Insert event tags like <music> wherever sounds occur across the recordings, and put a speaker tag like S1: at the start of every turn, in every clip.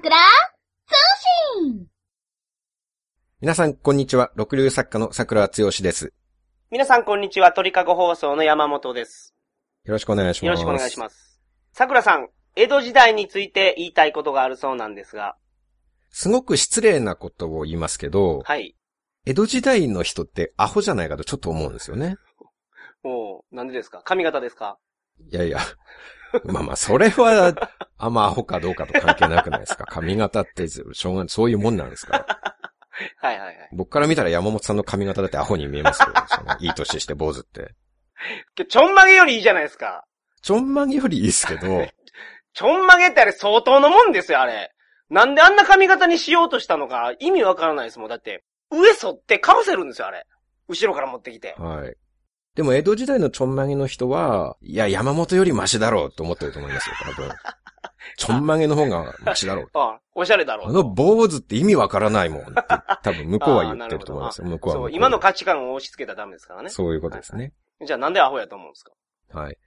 S1: くら通信
S2: 皆さん、こんにちは。六流作家の桜つよしです。
S3: 皆さんこんにちは、鳥かご放送の山本です。
S2: よろしくお願いします。
S3: よろしくお願いします。桜さん、江戸時代について言いたいことがあるそうなんですが、
S2: す。すごく失礼なことを言いますけど、
S3: はい。
S2: 江戸時代の人ってアホじゃないかとちょっと思うんですよね。
S3: もう、なんでですか髪型ですか
S2: いやい <laughs> や。まあまあ、それは、あんまアホかどうかと関係なくないですか。髪型って、しょうがそういうもんなんですから。
S3: はいはいはい。
S2: 僕から見たら山本さんの髪型だってアホに見えますよ。そのいい年して坊主って。
S3: 今日ちょんまげよりいいじゃないですか。
S2: ちょんまげよりいいですけど、
S3: ちょんまげってあれ相当のもんですよ、あれ。なんであんな髪型にしようとしたのか意味わからないですもん。だって、上反ってかぶせるんですよ、あれ。後ろから持ってきて。
S2: はい。でも江戸時代のちょんまげの人は、いや、山本よりマシだろうと思ってると思いますよ、多
S3: <laughs>
S2: 分。ちょんまげの方がマシだろう。
S3: あおしゃれだろう
S2: あの坊主って意味わからないもんって、多分向こうは言ってると思いますよ。向こうは
S3: そ
S2: 向こ
S3: う、
S2: で
S3: 今の価値観を押し付けたらダメですからね。
S2: そういうことですね。
S3: じゃあなんでアホやと思うんですか
S2: はい。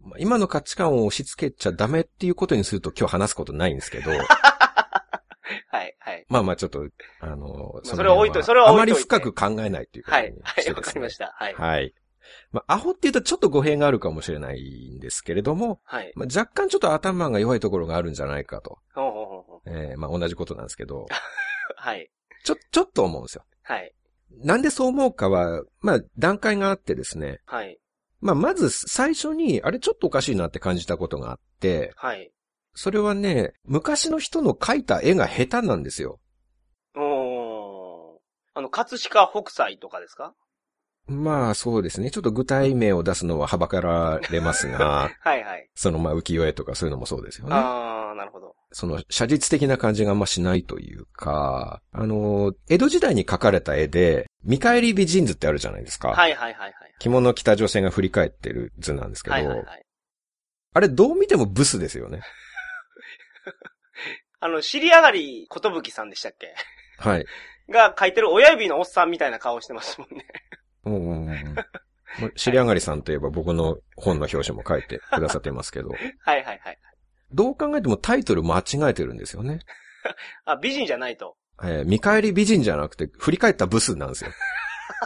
S2: まあ今の価値観を押し付けちゃダメっていうことにすると今日話すことないんですけど、 <laughs>
S3: はい、はい。
S2: まあまあちょっと、あの、
S3: それは置いといそれは
S2: あ
S3: 置い
S2: ま
S3: といて
S2: り深く考えないということ
S3: は
S2: に
S3: い、は
S2: してですね
S3: い、わかりました。はい。
S2: はい。まあ、アホって言うとちょっと語弊があるかもしれないんですけれども、
S3: はい。
S2: まあ、若干ちょっと頭が弱いところがあるんじゃないかと。
S3: ほうほうほうほう
S2: えーまあ、同じことなんですけど、
S3: はい。
S2: ちょ、ちょっと思うんですよ。
S3: はい。
S2: なんでそう思うかは、まあ、段階があってですね、
S3: はい。
S2: まあ、まず最初に、あれちょっとおかしいなって感じたことがあって、
S3: はい。
S2: それはね、昔の人の描いた絵が下手なんですよ。
S3: おー。あの、葛飾北斎とかですか、
S2: まあ、そうですね。ちょっと具体名を出すのははばかられますが <laughs>
S3: はいはい。
S2: その、まあ、浮世絵とかそういうのもそうですよね。
S3: あー、なるほど。
S2: その写実的な感じがあんましないというか、あの、江戸時代に描かれた絵で、見返り美人図ってあるじゃないですか。
S3: はいはいはいはい。
S2: 着物着た女性が振り返ってる図なんですけど、
S3: はいはいはい。
S2: あれどう見てもブスですよね。
S3: あの、尻上がりことぶきさんでしたっけ
S2: はい。
S3: が書いてる親指のおっさんみたいな顔してますもんね。 <laughs>
S2: うんうんうんもう知り上がりさんといえば僕の本の表紙も書いてくださってますけど、
S3: はいはいはい。
S2: どう考えてもタイトル間違えてるんですよね。
S3: あ、美人じゃないと。
S2: えー見返り美人じゃなくて、振り返ったブスなんですよ。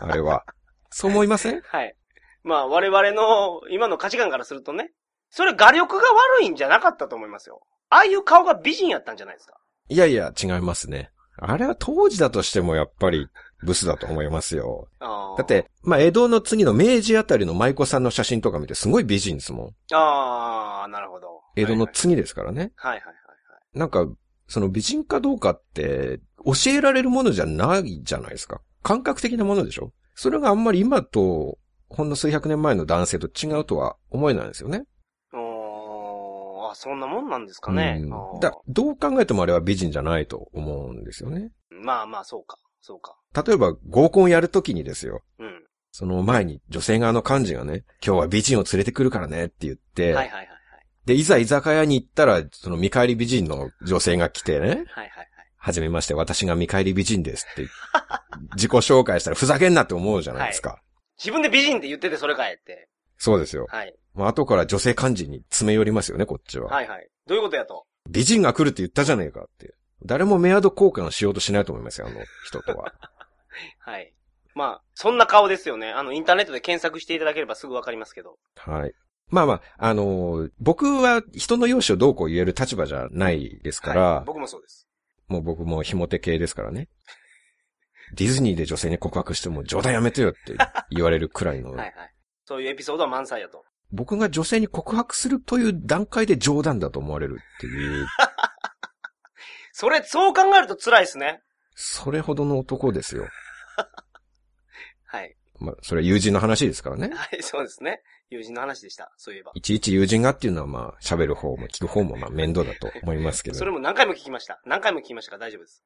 S2: あれは。そう思いません
S3: はい。まあ、我々の今の価値観からするとね、それ画力が悪いんじゃなかったと思いますよ。ああいう顔が美人やったんじゃないですか。
S2: いやいや、違いますね。あれは当時だとしてもやっぱりブスだと思いますよ。
S3: あー
S2: だっ、て、まあ、江戸の次の明治あたりの舞妓さんの写真とか見てすごい美人ですもん。
S3: あー、なるほど。
S2: 江戸の次ですからね。
S3: はいはいはい。
S2: なんか、その美人かどうかって教えられるものじゃないじゃないですか。感覚的なものでしょそれがあんまり今と、ほんの数百年前の男性と違うとは思えないですよね。
S3: おー、あ、そんなもんなんですかね。
S2: うん
S3: あー
S2: だどう考えてもあれは美人じゃないと思うんですよね。
S3: まあまあ、そうか。そうか。
S2: 例えば合コンやるときにですよ。
S3: うん。
S2: その前に女性側の幹事がね、今日は美人を連れてくるからねって言って、
S3: はいはいはい
S2: で、いざ居酒屋に行ったら、その見返り美人の女性が来てね、
S3: はい。はいはい
S2: はじめまして、私が見返り美人です
S3: <laughs>
S2: って、自己紹介したらふざけんなって思うじゃないですか。
S3: 自分で美人って言っててそれかえって。
S2: そうですよ。
S3: はい。
S2: まあ、後から女性幹事に詰め寄りますよね、こっちは。
S3: はいはい。どういうことやと。
S2: 美人が来るって言ったじゃねえかって。誰もメアド交換しようとしないと思いますよ、あの人と
S3: <laughs>
S2: は。
S3: はい。まあ、そんな顔ですよね。あの、インターネットで検索していただければすぐわかりますけど。
S2: はい。まあまあ、あのー僕は人の容姿をどうこう言える立場じゃないですから、
S3: はい、僕もそうです。
S2: もう僕も紐手系ですからね。ディズニーで女性に告白しても冗談やめてよって言われるくらいの、
S3: はいはい。そういうエピソードは満載やと。
S2: 僕が女性に告白するという段階で冗談だと思われるっていう、
S3: それ、そう考えると辛いですね。
S2: それほどの男ですよ。
S3: はい。
S2: まあ、それは友人の話ですからね。
S3: はい、そうですね。友人の話でした。そういえば。
S2: いちいち友人がっていうのはまあ、喋る方も聞く方もまあ面倒だと思いますけ
S3: それ
S2: ど。
S3: も何回も聞きました。何回も聞きましたから大丈夫です。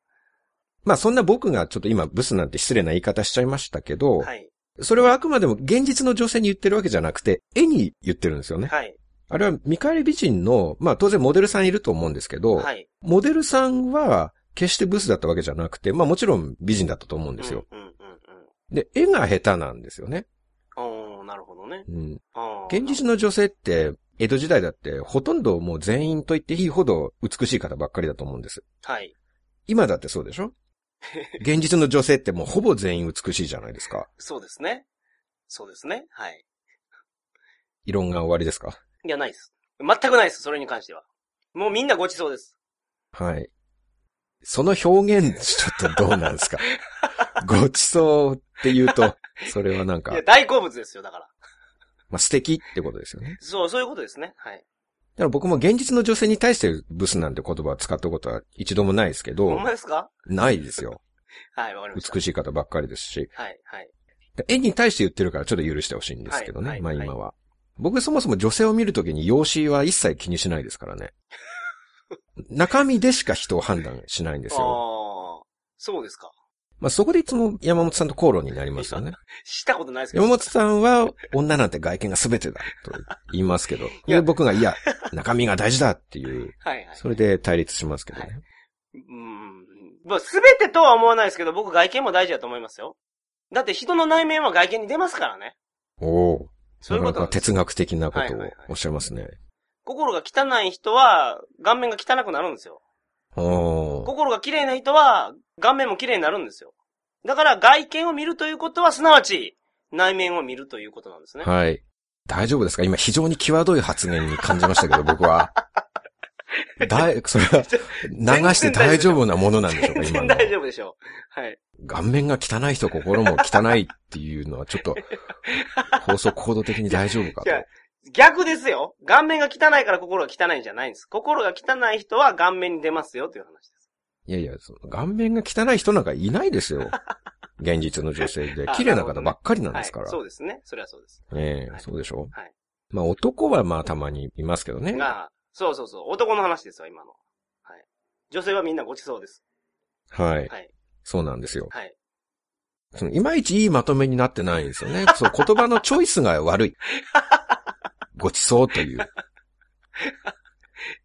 S2: まあそんな僕がちょっと今ブスなんて失礼な言い方しちゃいましたけど、
S3: はい。
S2: それはあくまでも現実の女性に言ってるわけじゃなくて、絵に言ってるんですよね。
S3: はい。
S2: あれは見返り美人の、まあ当然モデルさんいると思うんですけど、
S3: はい。
S2: モデルさんは決してブスだったわけじゃなくて、まあもちろん美人だったと思うんですよ。
S3: うんうんうんうん。
S2: で、絵が下手なんですよね。
S3: おー、なるほどね。
S2: うん。
S3: あー
S2: 現実の女性って江戸時代だってほとんどもう全員と言っていいほど美しい方ばっかりだと思うんです。
S3: はい。
S2: 今だってそうでし
S3: <laughs>
S2: ょ現実の女性ってもうほぼ全員美しいじゃないですか。
S3: そうですね。そうですね。はい。
S2: 異論が終わりですか
S3: いや、ないです。全くないです、それに関しては。もうみんなごちそうです。
S2: はい。その表現、ちょっとどうなんです
S3: <laughs>
S2: かごちそうって言うと、それはなん
S3: い
S2: か
S3: や、、大好物ですよ、だから。
S2: まあ、素敵ってことですよね。
S3: そう、そういうことですね。はい。
S2: だから僕も現実の女性に対してブスなんて言葉を使ったことは一度もないですけ
S3: ほ
S2: ど
S3: んま、ですか
S2: ないですよ。
S3: はい、わかりました。
S2: 美しい方ばっかりですし。
S3: はい、はい。
S2: 絵に対して言ってるからちょっと許してほしいんですけどね、
S3: はい
S2: ま
S3: は
S2: あ
S3: い
S2: 今は。僕そもそも女性を見るときに容姿は一切気にしないですから
S3: <laughs>
S2: ね。中身でしか人を判断しないんですよ。
S3: ああ、そうですか。
S2: まあそこでいつも山本さんと口論になりますよね。
S3: したことないですけど。
S2: 山本さんは女なんて外見が全てだと言いますけど、
S3: いや
S2: で僕がいや、中身が大事だっていう、
S3: はい、はい。
S2: それで対立しますけどね。
S3: うん。まあ、すべてとは思わないですけど、僕外見も大事だと思いますよ。だって人の内面は外見に出ますからね。
S2: おおー
S3: そう
S2: ないか
S3: うこ
S2: なか
S3: となんです
S2: 哲学的なこと
S3: はい
S2: を
S3: はいはい
S2: おっしゃいますね。
S3: 心が汚い人は、顔面が汚くなるんですよ。
S2: おー
S3: 心が綺麗な人は、顔面も綺麗になるんですよ。だから、外見を見るということは、すなわち、内面を見るということなんですね。
S2: はい。大丈夫ですか今非常に際どい発言に感じましたけど、僕
S3: <laughs>
S2: は。だい、それは、流して大丈夫なものなんでしょうか
S3: 全
S2: 今
S3: 然
S2: の。
S3: <laughs> 大丈夫でしょう。はい。
S2: 顔面が汚い人、心も汚いっていうのはちょっと、放送行動的に大丈夫か
S3: い
S2: と。
S3: や、逆ですよ。顔面が汚いから心が汚いんじゃないんです。心が汚い人は顔面に出ますよという話です。
S2: いやいや、その顔面が汚い人なんかいないですよ。現実の女性で
S3: <laughs> あ。
S2: 綺麗な方ばっかりなんですから。
S3: はい。そうですね。それはそうです。
S2: ええ
S3: はい
S2: そうでしょ
S3: はい
S2: まあ男はまあたまにいますけどね。
S3: が、そうそうそう。男の話ですよ、今の。はい。女性はみんなごちそうです。
S2: はい。
S3: はい。
S2: そうなんですよ。
S3: はい。
S2: そのいまいちいいまとめになってないんですよね。 <laughs> そう、言葉のチョイスが
S3: <laughs>
S2: 悪い。ごちそうという。
S3: い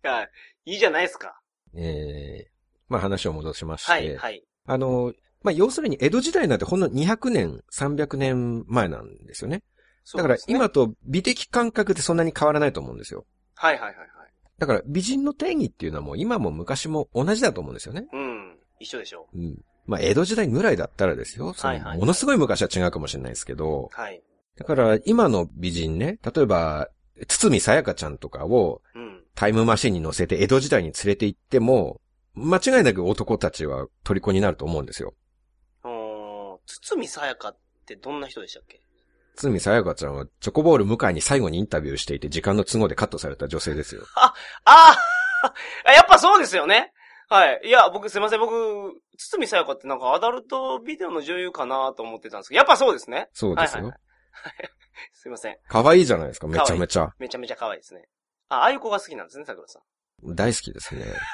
S3: や、いいじゃないですか。
S2: ええまあ話を戻しまして。
S3: はい、はい。
S2: あの、まあ要するに江戸時代なんてほんの200年、300年前なんですよね。
S3: そ
S2: だか
S3: う
S2: ら
S3: ですね
S2: 今と美的感覚ってそんなに変わらないと思うんですよ。
S3: はいはいはいはい。
S2: だから美人の定義っていうのはもう今も昔も同じだと思うんですよね。
S3: うん。一緒でしょ
S2: うん。まあ、江戸時代ぐらいだったらですよ。その
S3: はいはい
S2: ものすごい昔は違うかもしれないですけど
S3: う。、はい。
S2: だから今の美人ね、例えば、堤さやかちゃんとかを
S3: うん。
S2: タイムマシンに乗せて江戸時代に連れて行っても、間違いなく男たちは虜になると思うんですよ。
S3: おー、堤さやかってどんな人でしたっけ
S2: 堤さやかちゃんはチョコボール向井に最後にインタビューしていて時間の都合でカットされた女性ですよ。
S3: あ <laughs> あやっぱそうですよね。はい。いや、僕すいません。僕、堤さやかってなんかアダルトビデオの女優かなと思ってたんですけど、やっぱそうですね。
S2: そうです
S3: はいはい
S2: よ
S3: は。いすいません。
S2: 可愛いじゃないですか、めちゃめちゃ。
S3: めちゃめちゃ可愛いですね。あ、ああいう子が好きなんですね、桜さん。
S2: 大好きですね。 <laughs>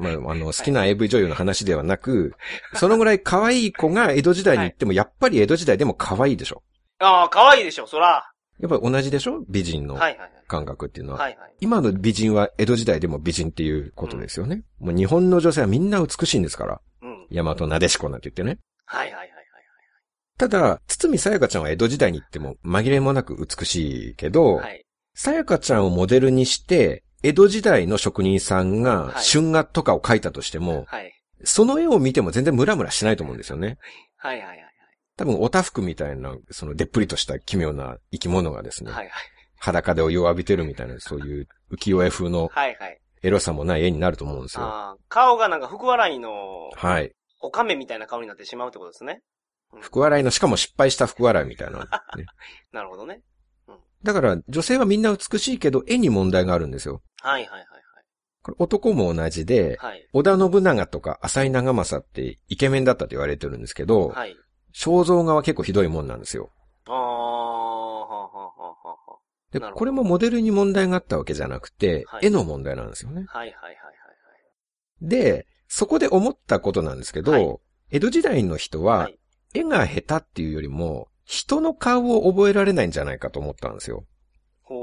S2: まあ、あの、好きな AV 女優の話ではなく、そのぐらい可愛い子が江戸時代に行っても、やっぱり江戸時代でも可愛いでしょ。
S3: ああ、可愛いでしょ、そら。
S2: やっぱり同じでしょ美人の
S3: はいはいはい。
S2: 感覚っていうのは。
S3: はいはい。
S2: 今の美人は江戸時代でも美人っていうことですよね。もう日本の女性はみんな美しいんですから。
S3: うん。
S2: 大和なでしこなんて言ってね。
S3: はいはいはいはい。
S2: ただ、堤さやかちゃんは江戸時代に行っても紛れもなく美しいけど、
S3: はい。
S2: さやかちゃんをモデルにして、江戸時代の職人さんが
S3: はい
S2: 春画とかを描いたとしても、
S3: はい。
S2: その絵を見ても全然ムラムラしないと思うんですよね。
S3: はいはいはい
S2: 多分、おたふくみたいな、その、でっぷりとした奇妙な生き物がです
S3: は
S2: ね、
S3: い。はいはい。
S2: 裸でお湯を浴びてるみたいな、そういう浮世絵風の
S3: はいはい。
S2: エロさもない絵になると思うんですよ。
S3: ああ、顔がなんか福笑いの、
S2: はい。
S3: おかめみたいな顔になってしまうってことですね。
S2: 福笑いの、しかも失敗した福笑いみたいな、ね。
S3: なるほどね。
S2: だから、女性はみんな美しいけど、絵に問題があるんですよ。
S3: はいはいはい
S2: これ男も同じで、
S3: はい。はい。
S2: 織田信長とか浅井長政ってイケメンだったと言われてるんですけど、
S3: はい。
S2: 肖像画は結構ひどいもんなんですよ。
S3: ああ、はあはあはあはあ。
S2: で、
S3: なるほど
S2: これもモデルに問題があったわけじゃなくて、
S3: はい
S2: 絵の問題なんですよね。
S3: はいはいはいはいはい。
S2: で、そこで思ったことなんですけど、
S3: はい江
S2: 江戸時代の人
S3: は、
S2: はい絵が下手っていうよりも、人の顔を覚えられないんじゃないかと思ったんですよ。
S3: ほう。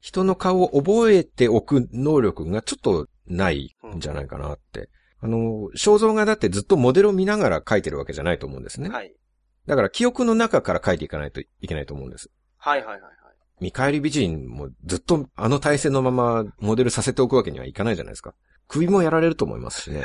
S2: 人の顔を覚えておく能力がちょっとないんじゃないかなって。あの、肖像画だってずっとモデルを見ながら描いてるわけじゃないと思うんですね。
S3: はい。
S2: だから記憶の中から書いていかないといけないと思うんです。
S3: はいはいはいはい。
S2: 見返り美人もずっとあの体勢のままモデルさせておくわけにはいかないじゃないですか。首もやられると思いますしね。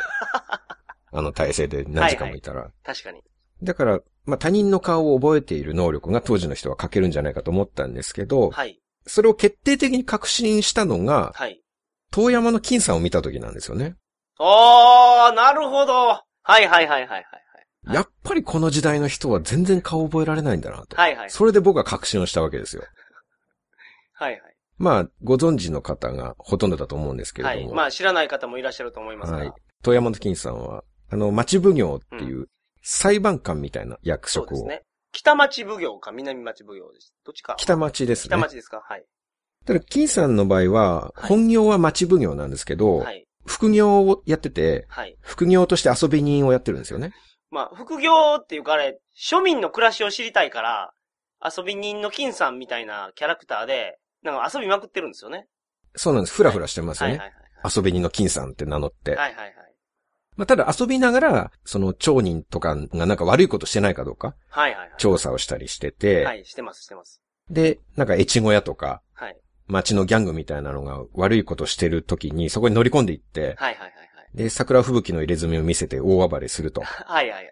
S2: あの体勢で何時間もいたら。
S3: 確かに。
S2: だから、まあ、他人の顔を覚えている能力が当時の人は欠けるんじゃないかと思ったんですけど、
S3: はい。
S2: それを決定的に確信したのが、
S3: はい。
S2: 遠山の金さんを見た時なんですよね。
S3: あー、なるほど。はいはいはいはいはい。はい
S2: やっぱりこの時代の人は全然顔を覚えられないんだなと。
S3: はいはい。
S2: それで僕は確信をしたわけですよ。
S3: はいはい。
S2: まあ、ご存知の方がほとんどだと思うんですけ
S3: は
S2: れど
S3: い。
S2: も。
S3: まあ、知らない方もいらっしゃると思いますが。
S2: はい遠山の金さんは、あの、町奉行っていう裁判官みたいな役
S3: そう
S2: 職
S3: です
S2: を、
S3: ね。北町奉行か南町奉行です。どっちか。
S2: 北町です
S3: 北
S2: ね。
S3: 町ですかはい。
S2: ただ、金さんの場合は、
S3: はい
S2: 本業は町奉行なんですけど、
S3: はい。
S2: 副業をやってて、
S3: はい。
S2: 副業として遊び人をやってるんですよね。
S3: まあ、副業っていうかあれ、庶民の暮らしを知りたいから、遊び人の金さんみたいなキャラクターで、なんか遊びまくってるんですよね。
S2: そうなんです。ふらふらしてます
S3: は
S2: よ
S3: い
S2: ね。
S3: はいはい。
S2: 遊び人の金さんって名乗って。
S3: はいはいはい。
S2: まあ、ただ遊びながら、その町人とかがなんか悪いことしてないかどうか、
S3: はいはいはい。
S2: 調査をしたりしてて、
S3: はい、してますしてます。
S2: で、なんか越後屋とか、
S3: はい。
S2: 町のギャングみたいなのが悪いことしてる時に、そこに乗り込んでいって、
S3: はいはいはい
S2: で、桜吹雪の入れ墨を見せて大暴れすると。
S3: はい。はいはいはい。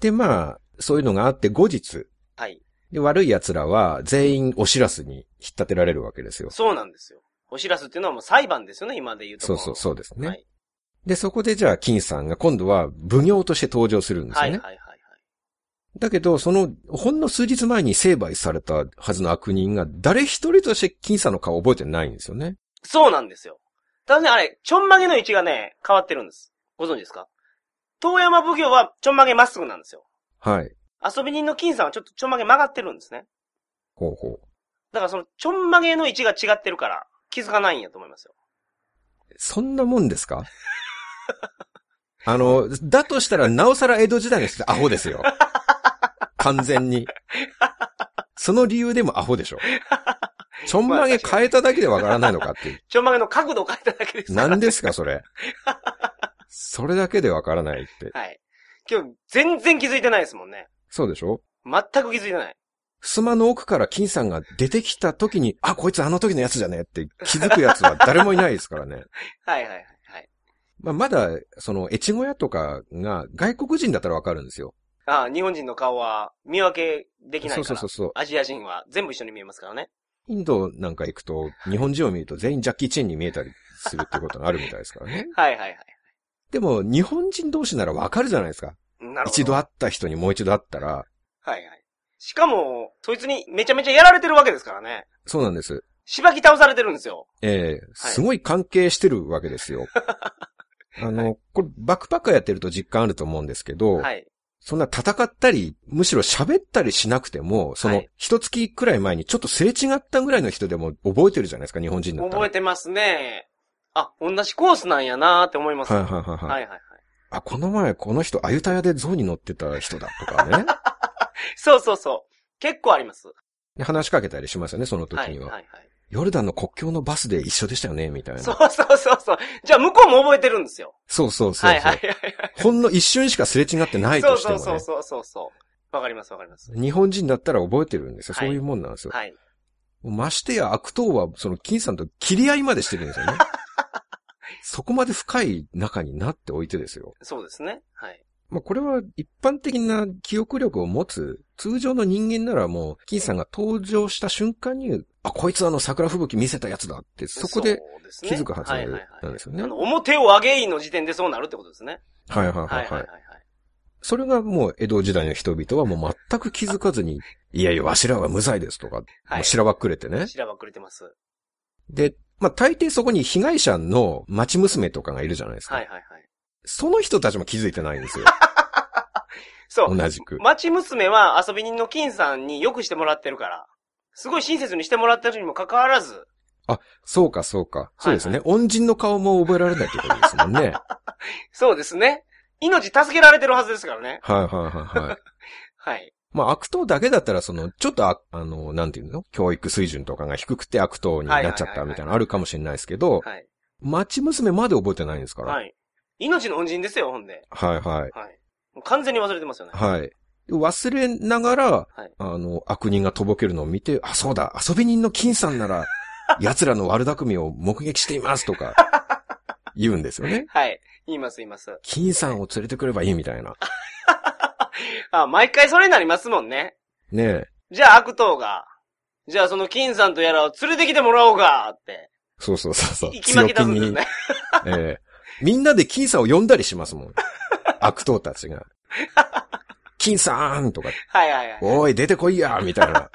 S2: で、まあ、そういうのがあって後日、
S3: はい。
S2: で悪い奴らは全員お知らすに引っ立てられるわけですよ。
S3: そうなんですよ。お知らすっていうのはもう裁判ですよね、今で言うとこ
S2: そ
S3: ろ
S2: う
S3: の。
S2: そう、そうですね。
S3: はい。
S2: で、そこでじゃあ、金さんが今度は奉行として登場するんですよ
S3: は
S2: ね。
S3: いはいはいはい。
S2: だけど、その、ほんの数日前に成敗されたはずの悪人が、誰一人として金さんの顔を覚えてないんですよね。
S3: そうなんですよ。ただね、あれ、ちょんまげの位置がね、変わってるんです。ご存知ですか遠山奉行はちょんまげまっすぐなんですよ。
S2: はい。
S3: 遊び人の金さんはちょっとちょんまげ曲がってるんですね。
S2: ほうほう。
S3: だからそのちょんまげの位置が違ってるから気づかないんやと思いますよ。
S2: そんなもん <laughs> ですかあの、だとしたら、なおさら江戸時代の人ってアホですよ。完全に。その理由でもアホでしょ。ちょんまげ変えただけでわからないのかっていう。
S3: ちょんまげの角度を変えただけですから。
S2: 何ですか、それ。それだけでわからないって。
S3: はい。今日全然気づいてないですもんね。
S2: そうでしょ
S3: 全く気づいてない。
S2: 襖の奥から金さんが出てきた時に、あ、こいつあの時のやつじゃねえって気づくやつは誰もいないですからね。 <laughs>
S3: はいはいはいはい。
S2: まあ、まだ、その、越後屋とかが外国人だったらわかるんですよ。
S3: ああ、日本人の顔は見分けできないか
S2: そう
S3: ら。
S2: そうそうそう。
S3: アジア人は全部一緒に見えますからね。
S2: インドなんか行くと、日本人を見ると全員ジャッキー・チェンに見えたりするってことがあるみたいですからね。 <laughs>
S3: はいはいはい。
S2: でも、日本人同士ならわかるじゃないですか。
S3: なるほど。
S2: 一度会った人にもう一度会ったら、
S3: はいはい。しかも、そいつにめちゃめちゃやられてるわけですからね。
S2: そうなんです。
S3: しばき倒されてるんですよ。
S2: ええすごい関係してるわけです
S3: <laughs>
S2: よ。あの、これ、バックパッカーやってると実感あると思うんですけど、
S3: はい。
S2: そんな戦ったり、むしろ喋ったりしなくても、そ
S3: は
S2: の
S3: い、
S2: 一月くらい前にちょっとすれ違ったぐらいの人でも覚えてるじゃないですか、日本人だったら。
S3: 覚えてますね。あ、同じコースなんやなーって思います。
S2: はいはい
S3: は
S2: はい
S3: い
S2: はい。
S3: はいはい。
S2: あ、この前この人、あゆたやで象に乗ってた人だとかね。
S3: そうそうそう。結構あります。
S2: で話しかけたりしますよね、その時
S3: はい
S2: に
S3: は
S2: は。
S3: いはい。
S2: ヨルダンの国境のバスで一緒でしたよね、みたいな。
S3: そ
S2: そう
S3: うそうそうそう。じゃあ向こうも覚えてるんですよ。
S2: そうそうそう。
S3: はいはいはい。
S2: ほんの一瞬しかすれ違ってない
S3: そ
S2: と
S3: う
S2: しても
S3: そ
S2: ね。
S3: うそうそうそうそう。わかりますわかります。
S2: 日本人だったら覚えてるんですよ。
S3: はい
S2: そういうもんなんですよ。
S3: はい。
S2: ましてや悪党は、その金さんと切り合いまでしてるんです
S3: <laughs>
S2: よね。そこまで深い仲になっておいてですよ。
S3: そうですね。はい。
S2: まあ、これは一般的な記憶力を持つ、通常の人間ならもう、金さんが登場した瞬間に、あ、こいつあの桜吹雪見せたやつだって、そこで、
S3: うすね
S2: 気づくはず
S3: はいはいはい
S2: なんですよね
S3: あの、表を上げいの時点でそうなるってことですね。
S2: はいはい
S3: は
S2: はいい
S3: はい
S2: は
S3: はいい。。はい
S2: それがもう江戸時代の人々はもう全く気づかずに、いやいや、わしらは無罪ですとか、
S3: はい
S2: もうしらばっくれてね。
S3: 知らばっくれてます。は
S2: で、まあ、大抵そこに被害者の町娘とかがいるじゃないですか。
S3: いはいはい。
S2: その人たちも気づいてないん <laughs> ですよ。
S3: そう。
S2: 同じく。
S3: 町娘は遊び人の金さんによくしてもらってるから、すごい親切にしてもらってるにもかかわらず、
S2: そうか、そうか。そうですね。恩人の顔も覚えられないってことです <laughs> もんね。
S3: そうですね。命助けられてるはずですからね。
S2: はいはいはいはい。
S3: はい。
S2: まあ、悪党だけだったら、その、ちょっとあ、あの、なんていうの教育水準とかが低くて悪党になっちゃったみたいなのあるかもしれないですけど、
S3: はい。
S2: 町娘まで覚えてないんですから。
S3: はい。命の恩人ですよ、ほんで。
S2: はいはい。
S3: はい。もう完全に忘れてますよね。
S2: はい。忘れながら、
S3: はい
S2: あの、悪人がとぼけるのを見て、あ、そうだ、遊び人の金さんな <laughs> ら、奴らの悪巧みを目撃していますとか、言うんですよ <laughs> ね。
S3: はい。言います、言います。
S2: 金さんを連れてくればいいみたいな。
S3: あ、毎回それになりますもんね。
S2: ねえ。
S3: じゃあ悪党が、じゃあその金さんとやらを連れてきてもらおうかって、
S2: そうそうそうそう。
S3: <laughs> 行きまき出すんです
S2: 強
S3: ね。
S2: 気にええみんなで金さんを呼んだりしますもん。悪党たちが。金さんとか、
S3: <laughs> はいはいはい。
S2: おい、出てこいやみたいな。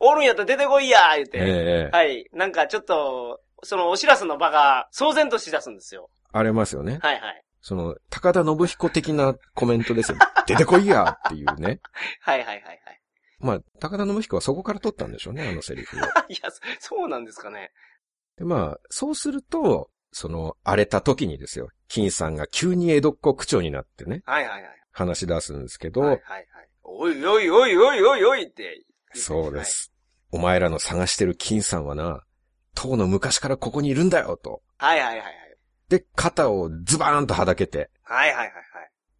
S3: おるんやったら出てこいやー言って。
S2: ええ
S3: はい。なんかちょっと、そのお知らせの場が騒然としだすんですよ。
S2: ありますよね。
S3: はいはい。
S2: その、高田信彦的なコメントですよ。 <laughs> 出てこいやっていうね。
S3: はいはいはいはい。
S2: まあ、高田信彦はそこから取ったんでしょうね、あのセリフを。
S3: あいや、 <laughs> そそうなんですかね。
S2: で、まあ、そうすると、その、荒れた時にですよ、金さんが急に江戸っ子区長になってね、
S3: はいはいはい。
S2: 話し出すんですけど、
S3: はいはいはい。おいおいおいおいおいおいって。
S2: そうで。す。お前らの探してる金さんはな、唐の昔からここにいるんだよ、と。
S3: はいはいはいはい。
S2: で、肩をズバーンとはだけて、
S3: はいはいはい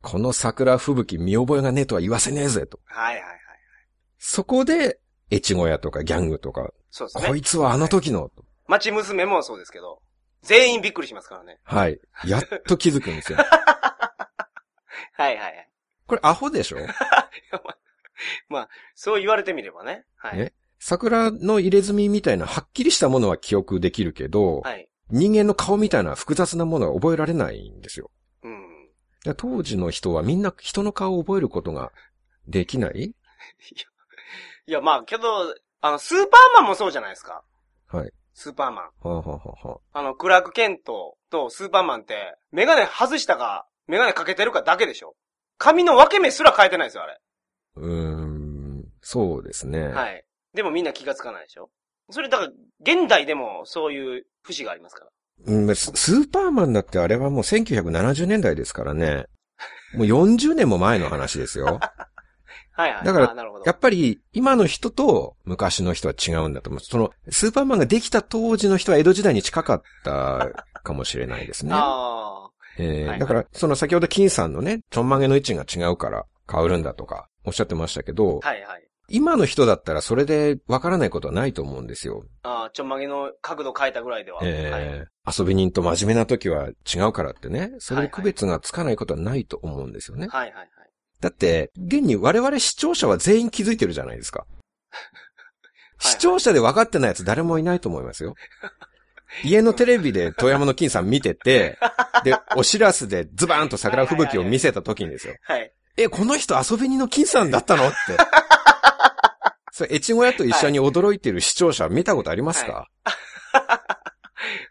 S2: この桜吹雪見覚えがねえとは言わせねえぜ、と。
S3: はい。はいはいはい。
S2: そこで、越後屋とかギャングとか、
S3: そうです
S2: こ
S3: ね
S2: い。つはあの時の、と
S3: 町娘もそうですけど、全員びっくりしますからね。
S2: はい。やっと気づくん
S3: <laughs>
S2: ですよ。
S3: はいはいはい。
S2: これアホでしょ
S3: そう言われてみればね。はい。
S2: ね桜の入れ墨みたいなはっきりしたものは記憶できるけど、
S3: はい。
S2: 人間の顔みたいな複雑なものは覚えられないんですよ。
S3: うん。
S2: で当時の人はみんな人の顔を覚えることができない
S3: いや、まあ、けど、あの、スーパーマンもそうじゃないですか。
S2: はい。
S3: スーパーマン。
S2: はあ、はあはあはあ
S3: あの、クラーク・ケントとスーパーマンって、メガネ外したか、メガネかけてるかだけでしょ。髪の分け目すら変えてないですよ、あれ。
S2: うーん、そうですね。
S3: はい。でもみんな気がつかないでしょ。それだから、現代でもそういう節がありますから。
S2: うんススーパーマンだってあれはもう1970年代ですからね。もう40年も前の話です
S3: <laughs>
S2: よ。
S3: はいはい。
S2: だから
S3: あなるほど。
S2: やっぱり今の人と昔の人は違うんだと思う。その、スーパーマンができた当時の人は江戸時代に近かったかもしれないですね。
S3: あ
S2: えー
S3: はい
S2: だから、その先ほど金さんのね、ちょんまげの位置が違うから変わるんだとかおっしゃってましたけど、
S3: あ。はいはい。
S2: 今の人だったらそれでわからないことはないと思うんですよ。
S3: ああ、ちょんまげの角度変えたぐらいでは。
S2: えー
S3: はい。
S2: 遊び人と真面目な時は違うからってね、それで区別がつかないことはないと思うんですよね。
S3: はいはいはい。
S2: だって、現に我々視聴者は全員気づいてるじゃない
S3: <laughs>
S2: ですか。
S3: はい
S2: 視聴者で分かってないやつ誰もいないと思います
S3: <laughs>
S2: よ。家のテレビで富山の金さん見て
S3: <laughs>
S2: て、で、お知らせでズバーンと桜吹雪を見せた時にですよ。
S3: はい。
S2: え、この人遊び人の金さんだったの
S3: <laughs>
S2: って。それ、越後屋と一緒に驚いてる視聴者見たことありますか、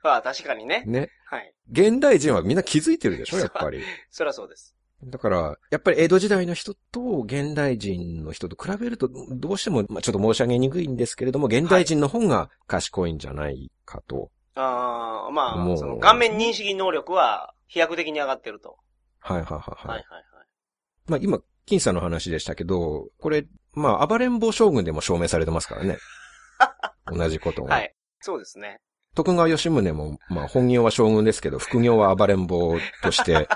S3: ああ、確かにね。
S2: ね。
S3: はい。
S2: 現代人はみんな気づいてるでしょやっぱり。
S3: そりゃそうです。
S2: だから、やっぱり江戸時代の人と現代人の人と比べると、どうしても、まあ、ちょっと申し上げにくいんですけれども、現代人の方が賢いんじゃないかと。
S3: ああ、ま
S2: も
S3: あ、
S2: う
S3: その顔面認識能力は飛躍的に上がってると。
S2: はいはいはいは。
S3: はいいはい
S2: まあ今、金さんの話でしたけど、これ、まあ暴れん坊将軍でも証明されてます <laughs> からね。同じことが。
S3: はい。はい。そうですね。
S2: 徳川吉宗も、まあ本業は将軍ですけど、副業は暴れん坊と <laughs> して、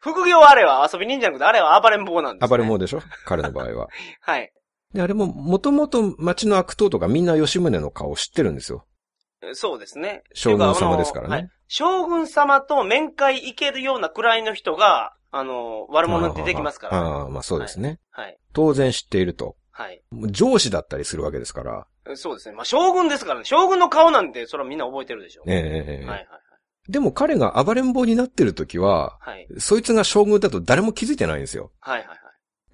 S3: 副業はあれは遊び人じゃなくて、あれは暴れん坊なんです、ね。
S2: 暴れん坊でしょ彼の場合は。
S3: はい。
S2: で、あれも、もともと町の悪党とかみんな吉宗の顔を知ってるんですよ。
S3: そうですね。
S2: 将軍様ですからね
S3: っていうあのはい将軍様と面会行けるようなくらいの人が、あの、悪者出てきますから。
S2: ああ、まあそうですね。
S3: はい。
S2: 当然知っていると。
S3: はい。
S2: 上司だったりするわけですから。
S3: そうですね。まあ、将軍ですからね。将軍の顔なんて、それはみんな覚えてるでしょ。
S2: ええええ
S3: はいはい
S2: でも彼が暴れん坊になってる時は、
S3: はい。
S2: そいつが将軍だと誰も気づいてないんですよ。
S3: はいはいはい。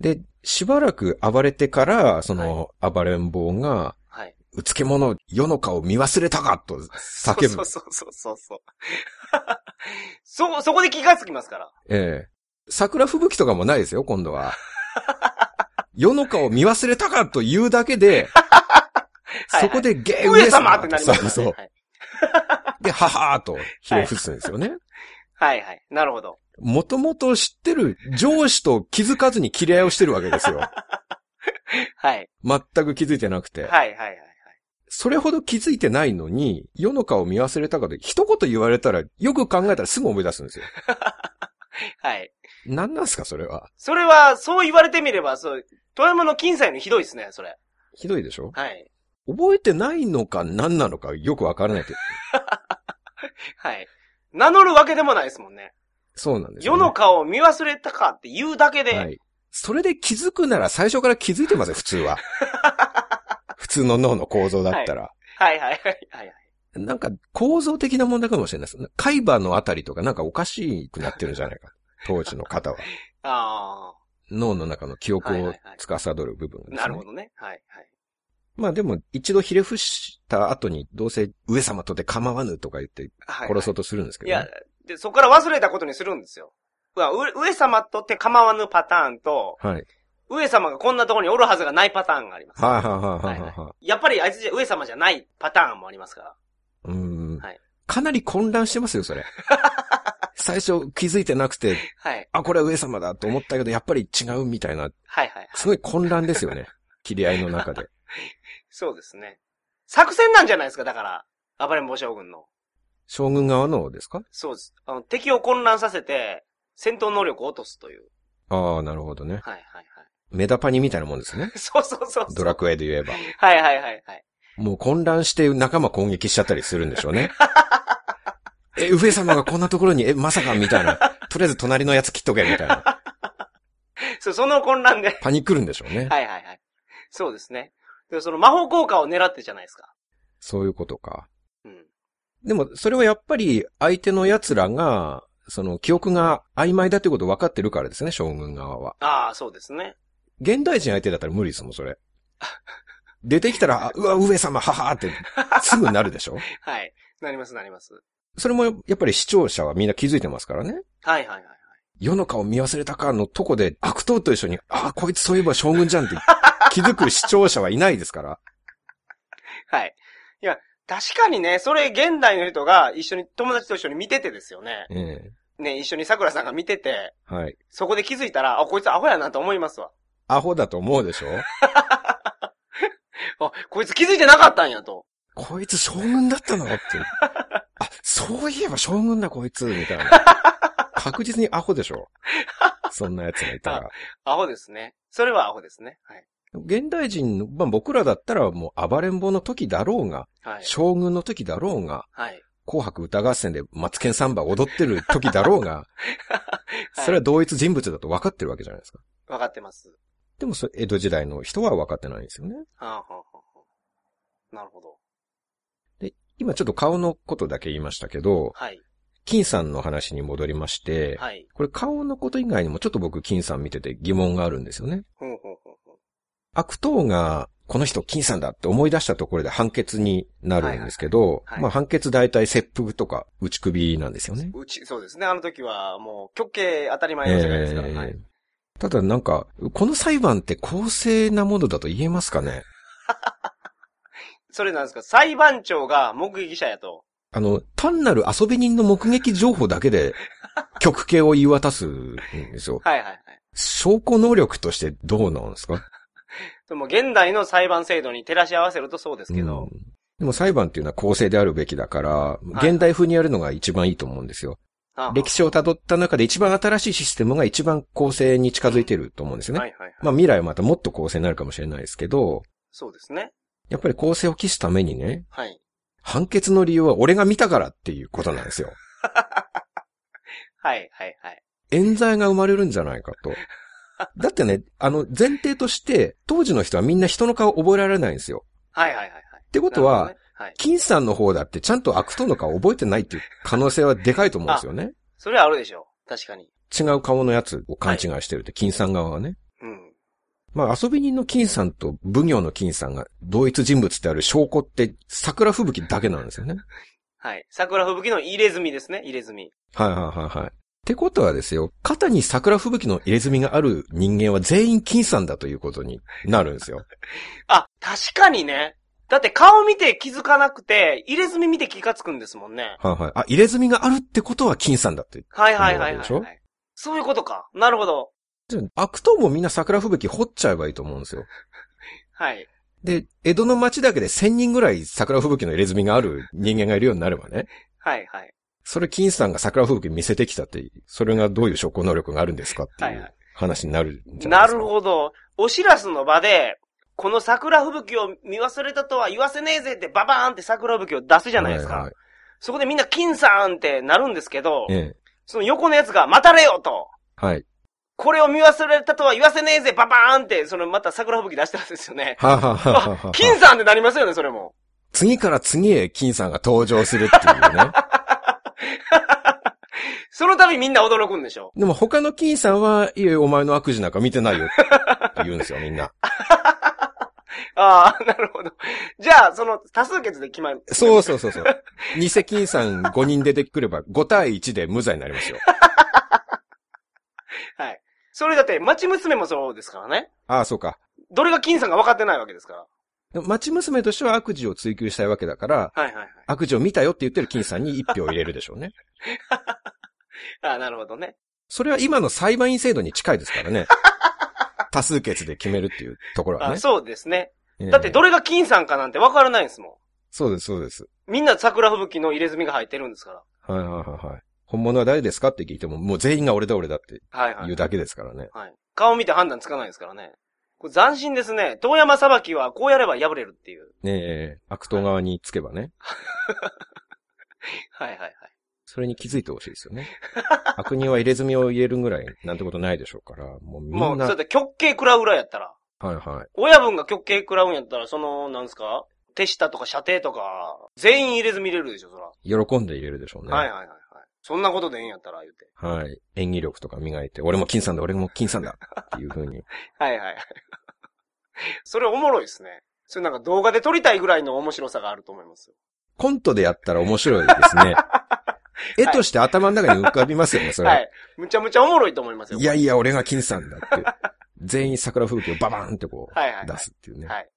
S2: で、しばらく暴れてから、その暴れん坊が、
S3: はい。
S2: うつけ者、世の顔見忘れたかと叫ぶ。
S3: そうそうそうそうそう。 <laughs> そ、そこで気がつきますから。
S2: ええ桜吹雪とかもないですよ、今度
S3: <laughs>
S2: は。世の顔見忘れたかと言うだけで、
S3: はい
S2: そこでゲー
S3: 上様ってなりますから、ね。
S2: そうそう。
S3: はい
S2: で、ははーと、ひれ伏すんですよね。
S3: はいはい。なるほど。
S2: もともと知ってる上司と気づかずに切れ合いをしてるわけです
S3: <laughs>
S2: よ。
S3: はい。
S2: 全く気づいてなくて。
S3: はいはいはいはい。
S2: それほど気づいてないのに、世の顔見忘れたかで、一言言われたら、よく考えたらすぐ思い出すんですよ。
S3: はい。
S2: なんなんすか、それは。
S3: それは、そう言われてみれば、そう、富山の金さんよりひどいですね、それ。
S2: ひどいでしょ
S3: はい。
S2: 覚えてないのか何なのかよくわからないけど。
S3: はい。名乗るわけでもないですもんね。
S2: そうなんですよ、
S3: 世
S2: ね。
S3: の顔を見忘れたかって言うだけで、
S2: はい。それで気づくなら最初から気づいてますよ、普通
S3: <laughs>
S2: は。普通の脳の構造だったら。
S3: はいはいはいはい。
S2: なんか構造的な問題かもしれないです。海馬のあたりとかなんかおかしくなってるんじゃないか。当時の方は。
S3: あ
S2: 脳の中の記憶
S3: はいは
S2: を
S3: いはい
S2: 司る部分がで
S3: あ、
S2: すね。
S3: なるほどね。はいはい。
S2: まあでも、一度ひれ伏した後に、どうせ上様とて構わぬとか言って
S3: はいはい
S2: 殺そうとするんですけ
S3: い
S2: ど、ね
S3: や、で、そこから忘れたことにするんですよ。うわう上様とって構わぬパターンと、
S2: はい。
S3: 上様がこんなところにおるはずがないパターンがあります。
S2: はいはいはいはい
S3: は
S2: はいいは
S3: やっぱりあいつじゃ上様じゃないパターンもありますから。
S2: い。うん
S3: はい。
S2: かなり混乱してますよ、そ
S3: <laughs>
S2: れ。最初気づいてなくて、
S3: はい。
S2: あ、これは上様だと思ったけど、やっぱり違うみたいな、
S3: はいはい。
S2: すごい混乱ですよ <laughs> ね。切り合いの中で。
S3: そうですね。作戦なんじゃないですか、だから。暴れん坊将軍の。
S2: 将軍側のですか
S3: そうです。あの、敵を混乱させて、戦闘能力を落とすという。
S2: ああ、なるほどね。
S3: はいはいはい。 <laughs>
S2: メダパニみたいなもんですね。
S3: そうそうそうそう。
S2: ドラクエで言えば。
S3: はいはいはいはい。
S2: もう混乱して仲間攻撃しちゃったりするんでしょう <laughs> ね。え、上様がこんなところに、え、まさかみたいな。とりあえず隣のやつ切っとけみたいな。
S3: そう、その混乱で。
S2: パニックるんでしょうね。
S3: はいはいはい。そうですね。で、その魔法効果を狙ってじゃないですか。
S2: そういうことか。
S3: うん。
S2: でも、それはやっぱり相手の奴らが、その記憶が曖昧だってこと分かってるからですね、将軍側は。
S3: ああ、そうですね。
S2: 現代人相手だったら無理ですもん、それ。出てきたら、あうわ、上様、ははって、すぐなるでしょ
S3: はい。なりますなります。
S2: それもやっぱり視聴者はみんな気づいてますからね。
S3: はいはいはい。
S2: 世の顔見忘れたかのとこで悪党と一緒に、ああ、こいつそういえば将軍じゃんって気づく視聴者はいないですから。 <laughs>
S3: はい。いや、確かにね、それ現代の人が一緒に、友達と一緒に見ててですよね。
S2: ええ
S3: ね、一緒に桜さんが見てて、
S2: はい。
S3: そこで気づいたら、あ、こいつアホやなと思いますわ。
S2: アホだと思うでしょ
S3: あ、こいつ気づいてなかったんやと。
S2: こいつ将軍だったのって。あ、そういえば将軍だこいつ、みたいな。確実にアホでしょそんな奴がいたら。
S3: アホですね。それはアホですね。はい。
S2: 現代人の、まあ僕らだったらもう暴れん坊の時だろうが、
S3: はい。
S2: 将軍の時だろうが、
S3: はい。
S2: 紅白歌合戦でマツケンサンバ踊ってる時だろ
S3: <laughs>
S2: うが、
S3: はい
S2: それは同一人物だと分かってるわけじゃないですか。
S3: わかってます。
S2: でもそれ江戸時代の人は分かってないんですよね。
S3: はあ、はあはあ、なるほど。
S2: 今ちょっと顔のことだけ言いましたけど、
S3: はい。
S2: 金さんの話に戻りまして、
S3: はい。
S2: これ顔のこと以外にもちょっと僕金さん見てて疑問があるんですよね。
S3: ほうほうほうほう。
S2: 悪党がこの人金さんだって思い出したところで判決になるんですけど、
S3: はいはいはいはい
S2: まあ判決大体切腹とか打ち首なんですよね。
S3: うち、そうですね。あの時は、もう、極刑当たり前の世界ですから。
S2: えー
S3: はい。
S2: ただなんか、この裁判って公正なものだと言えますかね
S3: それなんですか、裁判長が目撃者やと。
S2: あの、単なる遊び人の目撃情報だけで、 <laughs> 極刑を言い渡すんですよ。
S3: はいはいはい。
S2: 証拠能力としてどうなんですか
S3: でも、現代の裁判制度に照らし合わせるとそうですけ
S2: う
S3: ど。
S2: んでも裁判っていうのは公正であるべきだから、
S3: い
S2: 現代風にやるのが一番いいと思うんですよ。
S3: ああ
S2: 歴史を辿った中で一番新しいシステムが一番公正に近づいてると思うんですよね。
S3: はいはいはい。
S2: まあ未来はまたもっと公正になるかもしれないですけど、
S3: そうですね。
S2: やっぱり公正を期すためにね、
S3: はい。
S2: 判決の理由は俺が見たからっていうことなんですよ。
S3: はいはいはい。
S2: 冤罪が生まれるんじゃないかと。だってね、あの、前提として、当時の人はみんな人の顔覚えられないんですよ。
S3: はいはいはいはい。
S2: ってことは、
S3: なるほどね、はい。
S2: 金さんの方だってちゃんと悪党の顔覚えてないっていう可能性はでかいと思うんですよね。
S3: それはあるでしょう。確かに。
S2: 違う顔のやつを勘違いしてるって、金さん側はね。
S3: うん。
S2: まあ、遊び人の金さんと奉行の金さんが同一人物ってある証拠って桜吹雪だけなんですよね。
S3: はい。桜吹雪の入れ墨ですね。入れ墨。
S2: はいはいはいはい。ってことはですよ、肩に桜吹雪の入れ墨がある人間は全員金さんだということになるんですよ。
S3: あ、確かにね。だって顔見て気づかなくて、入れ墨見て気がつくんですもんね。
S2: はいはい。あ、入れ墨があるってことは金さんだって。
S3: はいはいはいは
S2: そういう
S3: い、
S2: こと
S3: はい。そういうことか。なるほど。
S2: じゃあ悪党もみんな桜吹雪掘っちゃえばいいと思うんですよ。
S3: はい。
S2: で、江戸の町だけで1000人ぐらい桜吹雪の入れ墨がある人間がいるようになればね、
S3: はいはい。
S2: それ金さんが桜吹雪見せてきたって、それがどういう証拠能力があるんですかってい
S3: はいは
S2: う話になるんじゃな
S3: ない
S2: ですか。
S3: るほど。お知らすの場で、この桜吹雪を見忘れたとは言わせねえぜってババーンって桜吹雪を出すじゃないですか。
S2: はいはい
S3: そこでみんな金さんってなるんですけど、
S2: ええ。
S3: その横のやつが待たれよと。
S2: はい。
S3: これを見忘れたとは言わせねえぜババーンって、そのまた桜吹雪出してたんですよ
S2: <laughs>
S3: ね。
S2: はあ、はあはあはあはあ、
S3: 金さんってなりますよね、それも。
S2: 次から次へ金さんが登場するっていうね。 <laughs>
S3: その度みんな驚くんでしょ。
S2: でも他の金さんは、いえ、お前の悪事なんか見てないよって言うんですよ、みん
S3: <laughs>
S2: な。
S3: あ <laughs> あ、なるほど。じゃあ、その多数決で決まる。
S2: そうそうそうそう。偽金さん5人出てくれば5対1で無罪になりますよ。
S3: はい。それだって、町娘もそうですからね。
S2: ああ、そうか。
S3: どれが金さんか分かってないわけですから。
S2: でも町娘としては悪事を追求したいわけだから、
S3: はいはいはい。
S2: 悪事を見たよって言ってる金さんに1票入れるでしょうね。
S3: ああ、なるほどね。
S2: それは今の裁判員制度に近いです
S3: <laughs>
S2: からね。多数決で決めるっていうところは
S3: あ
S2: ね。
S3: そうですね。
S2: ええ
S3: だってどれが金さんかなんて分からないんですも
S2: そうです、そうです。
S3: ん。みんな桜吹雪の入れ墨が入ってるんですか
S2: はいはいはいはい。本物は誰ですかって聞いても、もう全員が俺だ俺だって
S3: ら。はいはい
S2: 言う。だけですからね。
S3: はい。顔見て判断つかないですからね。これ斬新ですね。遠山裁きはこうやれば破れるっていう。
S2: ねえ、悪党側につけばね。
S3: はいはいはい。
S2: それに気づいてほしいですよね。 <laughs> 悪人は入れ墨を入れるぐらいなんてことないでしょうから、もうみんな。
S3: もう、そ
S2: は
S3: れで極刑食らうぐらいやったら。
S2: いはい。
S3: 親分が極刑食らうんやったら、その、なんですか手下とか射程とか、全員入れ墨入れるでしょ、そら。
S2: 喜んで入れるでしょうね。
S3: はいはいはいはい。そんなことでええんやったら、言うて。
S2: はい。演技力とか磨いて、俺も金さんだ、俺も金さんだっていう風に。
S3: はい <laughs> はい。それおもろいですね。それなんか動画で撮りたいぐらいの面白さがあると思いますよ。
S2: コントでやったら面白いです
S3: <laughs>
S2: ね。絵として頭の中に浮かびますよね、それ。
S3: はい。むちゃむちゃおもろいと思いますよ。
S2: いやいや、俺が金さ
S3: <laughs>
S2: んだって。全員桜風景をババーンってこ、
S3: はいはいはいう
S2: 出すっていうね。
S3: はい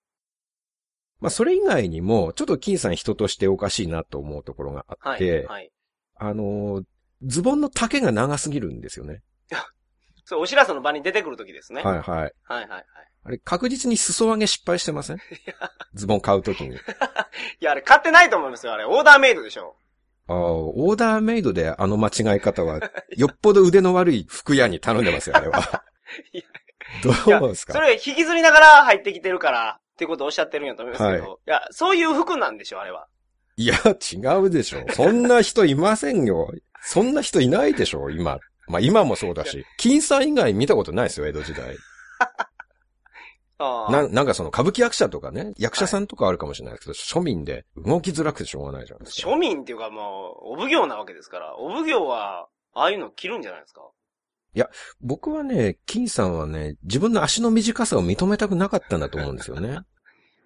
S2: まあ、それ以外にも、ちょっと金さん人としておかしいなと思うところがあっ
S3: はい。
S2: て、
S3: はい。
S2: あのーズボンの丈が長すぎるんですよね。
S3: それお知らせの場に出てくるときですね。
S2: はいはい。
S3: はいはいはい。
S2: あれ、確実に裾上げ失敗してま
S3: <laughs>
S2: せんズボン買うときに。
S3: いや、あれ買ってないと思いますよ、あれ。オーダーメイドでしょ。
S2: あーオーダーメイドであの間違い方
S3: <laughs>
S2: は、よっぽど腕の悪い服屋に頼んでますよ、あれは
S3: <laughs> いや。
S2: どうです
S3: そ
S2: か
S3: れ引きずりながら入ってきてるから、っていうことをおっしゃってるんやと思いますけど。、
S2: はい
S3: や、そういう服なんでしょ、あれは。
S2: いや、違うでしょ。そんな人いませんよ。そんな人いないでしょ、今。まあ今もそうだし、金さん以外見たことないですよ、江戸時代。
S3: ああ。
S2: な、なんかその歌舞伎役者とかね、役者さんとかあるかもしれないですけど、庶民で動きづらくてしょうがないじゃないですか。
S3: 庶民っていうかもう、お奉行なわけですから。お奉行は、ああいうの着るんじゃないですか。
S2: 僕はね、金さんはね、自分の足の短さを認めたくなかったんだと思うんですよね。
S3: <laughs> はいはい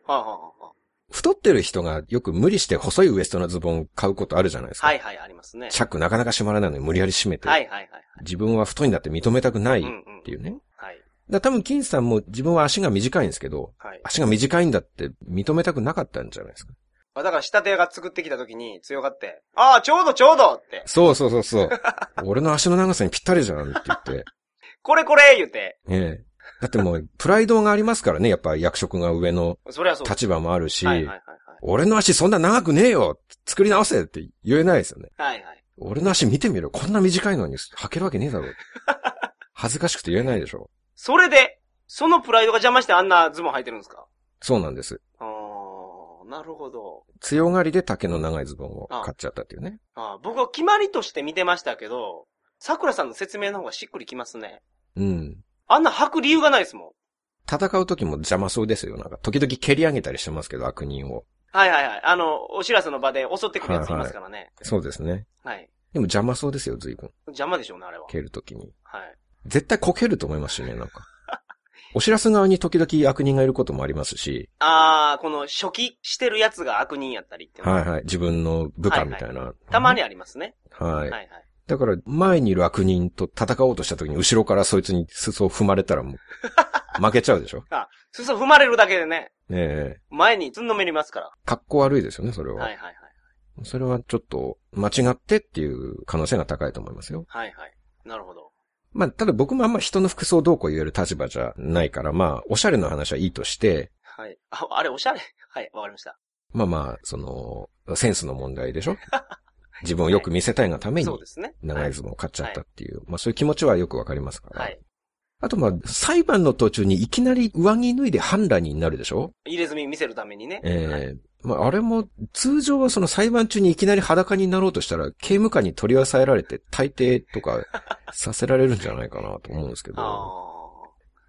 S3: はいはい。
S2: 太ってる人がよく無理して細いウエストのズボン買うことあるじゃないですか。
S3: はいはい、ありますね。
S2: チャックなかなか閉まらないのに無理やり閉めて、
S3: はいはいはい。
S2: 自分は太いんだって認めたくない
S3: うん
S2: っ
S3: うん
S2: ていうね。
S3: はい。
S2: だから多分金さんも自分は足が短いんですけど、
S3: はい。
S2: 足が短いんだって認めたくなかったんじゃないですか。
S3: まあだから、下手が作ってきた時に強がって、ああ、ちょうどちょうどって、
S2: そうそうそう
S3: <laughs>
S2: そう。俺の足の長さにぴったりじゃんって言って。
S3: これこれ言うて、
S2: ええ。だってもう、プライドがありますからね、やっぱ役職が上の
S3: そりゃそう。
S2: 立場もあるし、
S3: はいはいはいはい。
S2: 俺の足そんな長くねえよ作り直せって言えないですよね。
S3: はいはい。
S2: 俺の足見てみろこんな短いのに履けるわけねえだろ。 <laughs> 恥ずかしくて言えないでしょ。
S3: それで、そのプライドが邪魔してあんなズボン履いてるんですか
S2: そうなんです。
S3: ああ、なるほど。
S2: 強がりで丈の長いズボンを買っちゃったっていうね。
S3: ああ僕は決まりとして見てましたけど、桜さんの説明の方がしっくりきますね。
S2: うん。
S3: あんな履く理由がないですもん。
S2: 戦う時も邪魔そうですよ。なんか、時々蹴り上げたりしてますけど、悪人を。
S3: はいはいはい。あの、お知らせの場で襲ってくるやついますからね。
S2: そうですね。
S3: はい、
S2: でも邪魔そうですよ、随分。
S3: 邪魔でしょうね、あれは。
S2: 蹴る時に。
S3: はい。
S2: 絶対こけると思いますしね、なん
S3: <laughs>
S2: か。お知らせ側に時々悪人がいることもありますし、
S3: ああ、この初期してるやつが悪人やったりっていうのは
S2: はいはい、自分の部下みたいな。
S3: たまにありますね。
S2: は。
S3: はいいはい。
S2: だから、前にいる悪人と戦おうとした時に、後ろからそいつに裾を踏まれたらも
S3: <laughs>
S2: う、負けちゃうでしょ。
S3: そうそう、踏まれるだけでね、
S2: ねえ。
S3: 前につんのめりますから。
S2: 格好悪いですよね、それは。
S3: はいはいはい。
S2: それはちょっと、間違ってっていう可能性が高いと思いますよ。
S3: はいはい。なるほど。
S2: まあ、ただ僕もあんま人の服装どうこう言える立場じゃないから、まあ、おしゃれの話はいいとして、
S3: はい。 <laughs> あ、あれ、おしゃれ。はい、わかりました。 <laughs>
S2: まあまあ、その、センスの問題でしょ自分をよく見せたいがために
S3: そうですね。
S2: 長い相撲を買っちゃったっていう、まあそういう気持ちはよくわかりますから。
S3: はい。
S2: あとまあ、裁判の途中にいきなり上着脱いで判断になるでしょ
S3: 入れ墨見せるためにね。はい
S2: ええまああれも、通常はその裁判中にいきなり裸になろうとしたら、刑務官に取り押さえられて、大抵とかさせられるんじゃないかなと思うんですけど、
S3: あ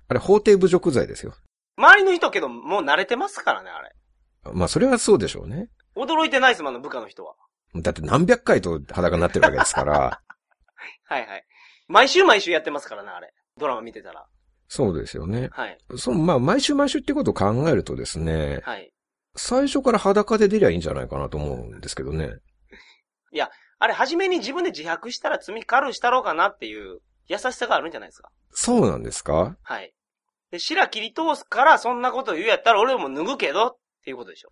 S2: あ
S3: ー
S2: れ法廷侮辱罪ですよ。
S3: 周りの人けど、もう慣れてますからね、あれ。
S2: まあそれはそうでしょうね。
S3: 驚いてないですもん、あの部下の人は。
S2: だって何百回と裸になってるわけです
S3: <laughs>
S2: から、
S3: はいはい。毎週毎週やってますからね、あれ。ドラマ見てたら。
S2: そうですよね。
S3: はい。
S2: そのまあ毎週毎週ってことを考えるとですね、
S3: はい。
S2: 最初から裸で出りゃいいんじゃないかなと思うんですけどね。
S3: あれ、初めに自分で自白したら罪軽したろうかなっていう優しさがあるんじゃないですか。
S2: そうなんですか
S3: はい。で、白切り通すから、そんなこと言うやったら俺も脱ぐけど、っていうことでしょ。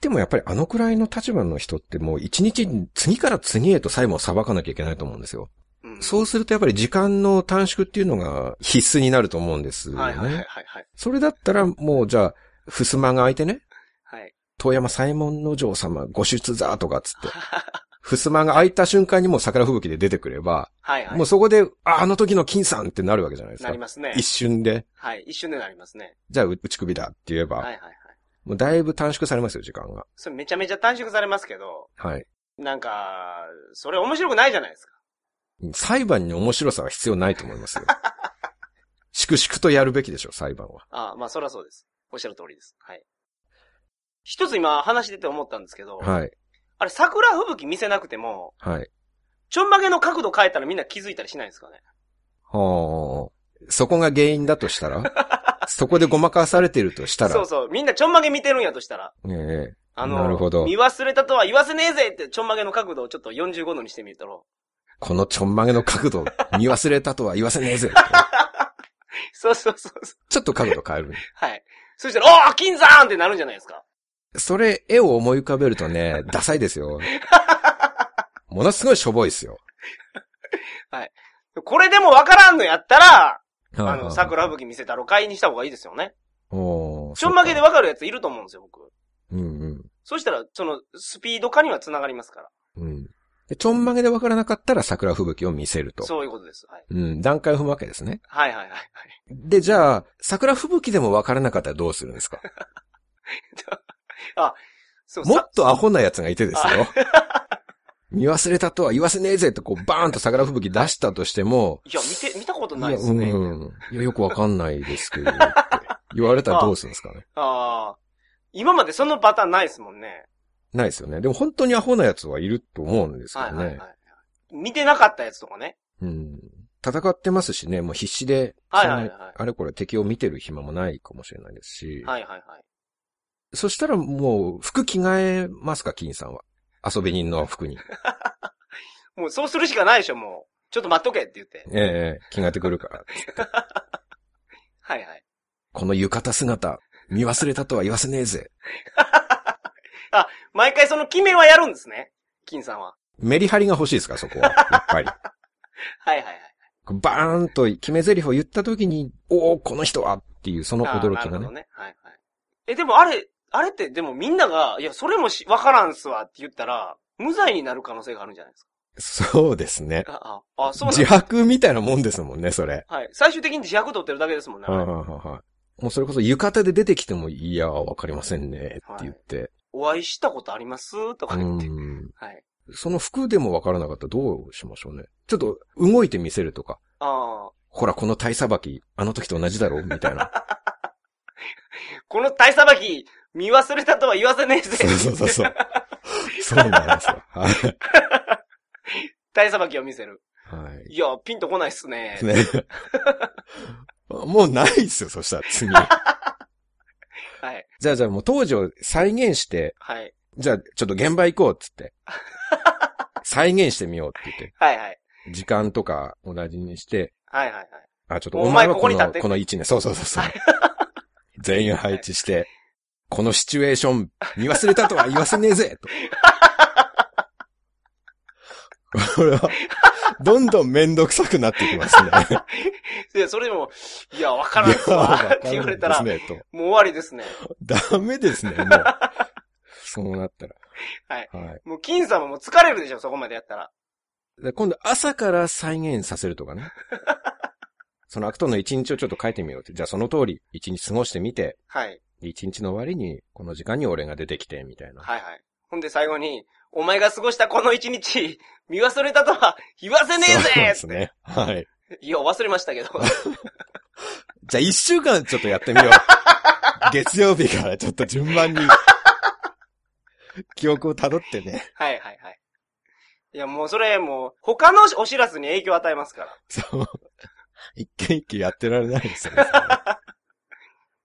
S2: でもやっぱりあのくらいの立場の人ってもう一日に次から次へと裁判を裁かなきゃいけないと思うんですよ。
S3: うん。
S2: そうするとやっぱり時間の短縮っていうのが必須になると思うんですよね。
S3: はいはいはいはいはい。
S2: それだったらもうじゃあ、襖が開いてね、
S3: はい。
S2: 遠山左衛門の城様ご出座とかっつ
S3: <laughs>
S2: って、襖が開いた瞬間にもう桜吹雪で出てくれば、
S3: はいはい。
S2: もうそこで、あ、あの時の金さんってなるわけじゃないです
S3: な
S2: か
S3: り。ますね
S2: 一。瞬で、
S3: はい。一瞬でなりますね。
S2: じゃあう打ち首だって言えば、
S3: はいはいはい。
S2: もうだいぶ短縮されますよ、時間が。
S3: それめちゃめちゃ短縮されますけど、
S2: はい。
S3: なんか、それ面白くないじゃないですか。
S2: 裁判に面白さは必要ないと思いますよ。粛々とやるべきでしょ、裁判は。
S3: <laughs> ああ、まあそりゃそうです。おっしゃる通りです。はい。一つ今話してて思ったんですけど、
S2: はい、
S3: あれ桜吹雪見せなくても、
S2: はい。
S3: ちょんまげの角度変えたらみんな気づいたりしないんですかね。
S2: はあ。そこが原因だとした
S3: <laughs>
S2: らそこでごまかされてるとしたら
S3: そうそう。みんなちょんまげ見てるんやとしたら。
S2: ええ
S3: あの、
S2: なるほど
S3: 見忘れたとは言わせねえぜってちょんまげの角度をちょっと45度にしてみると。
S2: このちょんまげの角度、見忘れたとは言わせねえぜ。
S3: そうそうそうそう。
S2: ちょっと角度変える。
S3: はい。そしたら、おー金さんってなるんじゃないですか。
S2: それ、絵を思い浮かべるとね、ダサいですよ。ものすごいしょぼいですよ。
S3: これでもわからんのやったら、
S2: は
S3: あ
S2: いは
S3: の、
S2: い
S3: 桜吹雪見せたろかいにした方がいいですよね。
S2: おー
S3: ちょんまげでわかるやついると思うんですよ、僕。
S2: うんうん。
S3: そしたら、その、スピード化には繋がりますから。
S2: うん。で、ちょんまげでわからなかったら桜吹雪を見せると。
S3: そういうことです。はい。
S2: うん、段階を踏むわけですね。
S3: はいはいはいはい。
S2: で、じゃあ、桜吹雪でもわからなかったらどうするんですか
S3: そう
S2: も
S3: さ
S2: っとアホなやつがいてですよ。 <laughs> 見忘れたとは言わせねえぜってこうバーンと桜吹雪出したとしても、
S3: いや、見て、見たこと
S2: い
S3: ない
S2: や、
S3: です
S2: うん
S3: ね。
S2: うん。いや、よくわかんないですけど、って言われたらどうするんですかね。
S3: ああ。今までそのパターンないですもんね。
S2: ないですよね。でも本当にアホなやつはいると思うんですけ
S3: は
S2: ど
S3: い
S2: ね。
S3: はいはい。見てなかったやつとかね。
S2: うん。戦ってますしね、もう必死で、
S3: はいはいはい
S2: そんなあれこれ敵を見てる暇もないかもしれないですし、
S3: はいはいはい。
S2: そしたらもう服着替えますか、金さんは。遊び人の服に。
S3: もうそうするしかないでしょ、もう。ちょっと待っとけって言って。
S2: ええ着替えてくるから。
S3: はいはい。
S2: この浴衣姿、見忘れたとは言わせねえぜ。
S3: 毎回その決めはやるんですね。金さんは。
S2: メリハリが欲しいですか、そこは。やっぱり。 <laughs>
S3: はいはいはい。
S2: バーンと決め台詞を言った時に、おお、この人はっていう、その
S3: あー
S2: 驚きが
S3: なる
S2: ね
S3: ほど。ね。はいはい。え、でもあれ、あれってでもみんなが、いや、それもし、わからんすわって言ったら、無罪になる可能性があるんじゃないです
S2: そうですね。
S3: か。あ、あ、あそうなん
S2: 自
S3: だ。
S2: 白みたいなもんですもんね、それ。
S3: はい。最終的に自白取ってるだけですもんね。
S2: はいはいはいはい。もうそれこそ浴衣で出てきても、いやー、わかりませんね、って言って。
S3: お会いしたことありますとか
S2: う
S3: 言って。
S2: ん。
S3: はい。
S2: その服でもわからなかったらどうしましょうね。ちょっと動いてみせるとか。
S3: あ
S2: ほら、この体さばき、あの時と同じだろみたい
S3: <laughs>
S2: な。
S3: あ。この体さばき、見忘れたとは言わせねえぜ。
S2: そうそうそう
S3: <laughs>
S2: そう。そうなんですよ。はい。
S3: 体さばきを見せる。
S2: はい。
S3: いや、ピンとこないっすね。
S2: ね。 <laughs> もうないっすよ、そしたら
S3: <laughs>
S2: 次。
S3: はい。
S2: じゃあじゃあもう当時を再現して、
S3: はい。
S2: じゃあちょっと現場行こうっつって。再現してみようって言って。
S3: はいはい。
S2: 時間とか同じにして、
S3: はいはいはい。
S2: あ、ちょっと
S3: お
S2: お前
S3: 前
S2: は
S3: はここ
S2: こ
S3: に
S2: の、
S3: 立
S2: こ
S3: って
S2: の位置ね。そうそうそうそう。 <laughs> 全員配置して、このシチュエーション、見忘れたとは言わせねえぜと。これは、どんどんめんどくさくなってきます
S3: <laughs>
S2: ね。
S3: で、それでも、いや、わからんっすわ。って言われたら、
S2: いやわかん
S3: も
S2: ないですねと
S3: う終わりですね。
S2: <laughs> ダメですね、もう。そうなったら。は
S3: もう金様も疲れるでしょ、そこまでやったら。
S2: い。で今度朝から再現させるとかね。 <laughs> そのアクトの一日をちょっと書いてみようって。じゃあその通り、一日過ごしてみて、
S3: はい。
S2: 一日の終わりに、この時間に俺が出てきて、みたいな。
S3: はいはい。ほんで最後に、お前が過ごしたこの一日、見忘れたとは言わせね
S2: そう
S3: え
S2: です
S3: ぜ
S2: ね。はい。
S3: いや、忘れましたけど。
S2: じゃあ一週間ちょっとやってみ
S3: <laughs>
S2: よう。月曜日からちょっと順番に、記憶を辿ってね。
S3: はいはいはい。いや、もうそれ、もう、他のお知らせに影響を与えますから。
S2: そう。一軒一軒やってられないですよ
S3: <laughs>
S2: ね。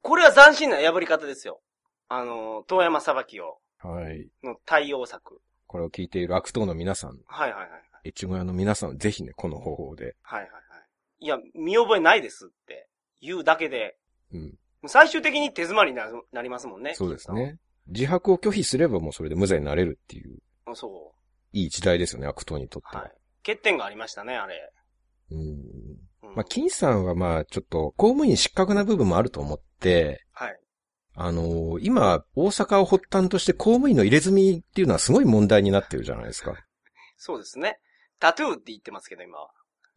S3: これは斬新な破り方ですよ。あの、遠山裁きを、
S2: はい。
S3: の対応策。
S2: これを聞いている悪党の皆さん、
S3: はいはいはい。
S2: 越後屋の皆さん、ぜひね、この方法で。
S3: はいはいはい。いや、見覚えないですって言うだけで、
S2: うん。
S3: 最終的に手詰まりになるなりますもんね。
S2: そうですね。自白を拒否すればもうそれで無罪になれるっていう、
S3: きっと。そ
S2: いい時代ですよね、悪党にとっ
S3: う。
S2: て。
S3: はい。欠点がありましたね、あれ。
S2: うん。
S3: うん
S2: まあ、金さんはまあ、ちょっと、公務員失格な部分もあると思って、
S3: はい。
S2: あのー今、大阪を発端として公務員の入れ墨っていうのはすごい問題になってるじゃないですか。
S3: そうですね。タトゥーって言ってますけど、今は。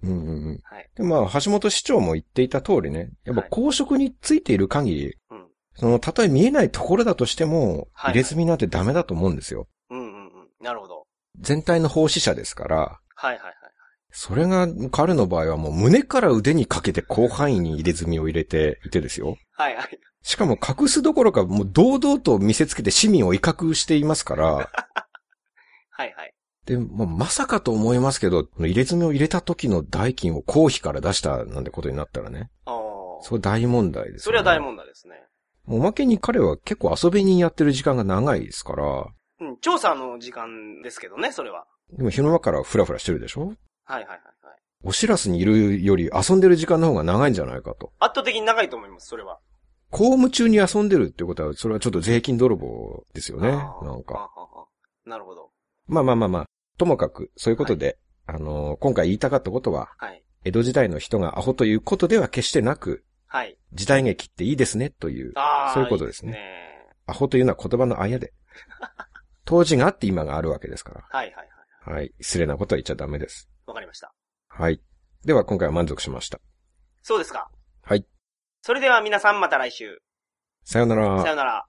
S2: うんうんうん。
S3: はい。
S2: で、まあ、橋本市長も言っていた通りね、やっぱ公職についている限り、
S3: うん
S2: その、たとえ見えないところだとしても、
S3: はいはい
S2: 入れ墨なんてダメだと思うんですよ。
S3: うんうんうん。なるほど。
S2: 全体の奉仕者ですから、
S3: はいはいはい。
S2: それが彼の場合はもう胸から腕にかけて広範囲に入れ墨を入れていてですよ。
S3: はいはい。
S2: しかも隠すどころかもう堂々と見せつけて市民を威嚇していますから、
S3: はいはい。
S2: で、まあ、まさかと思いますけど、この入れ墨を入れた時の代金を公費から出したなんてことになったらね、
S3: ああ。
S2: それ大問題です、ね。
S3: それは大問題ですね。
S2: おまけに彼は結構遊びにやってる時間が長いですから、
S3: うん、調査の時間ですけどね、それは。
S2: でも昼間からフラフラしてるでしょ
S3: はいはいはい。はい
S2: おしらすにいるより遊んでる時間の方が長いんじゃないかと。
S3: 圧倒的に長いと思います、それは。
S2: 公務中に遊んでるってことは、それはちょっと税金泥棒ですよね。
S3: あー
S2: なんか。。
S3: ああああなるほど。
S2: まあまあまあまあ。ともかく、そういうことで、あのー今回言いたかったことは、
S3: はい。
S2: 江戸時代の人がアホということでは決してなく、
S3: はい。
S2: 時代劇っていいですね、という、
S3: ああ。
S2: そういうことですね
S3: いいね
S2: アホというのは言葉のあ
S3: <laughs>
S2: やで。当時があって今があるわけですか
S3: はいはいはい。
S2: ら。はい。失礼なことは言っちゃダメです。
S3: わかりました。
S2: はい。では今回は満足しました。
S3: そうですか。
S2: はい。
S3: それでは皆さんまた来週。
S2: さようなら
S3: さよなら。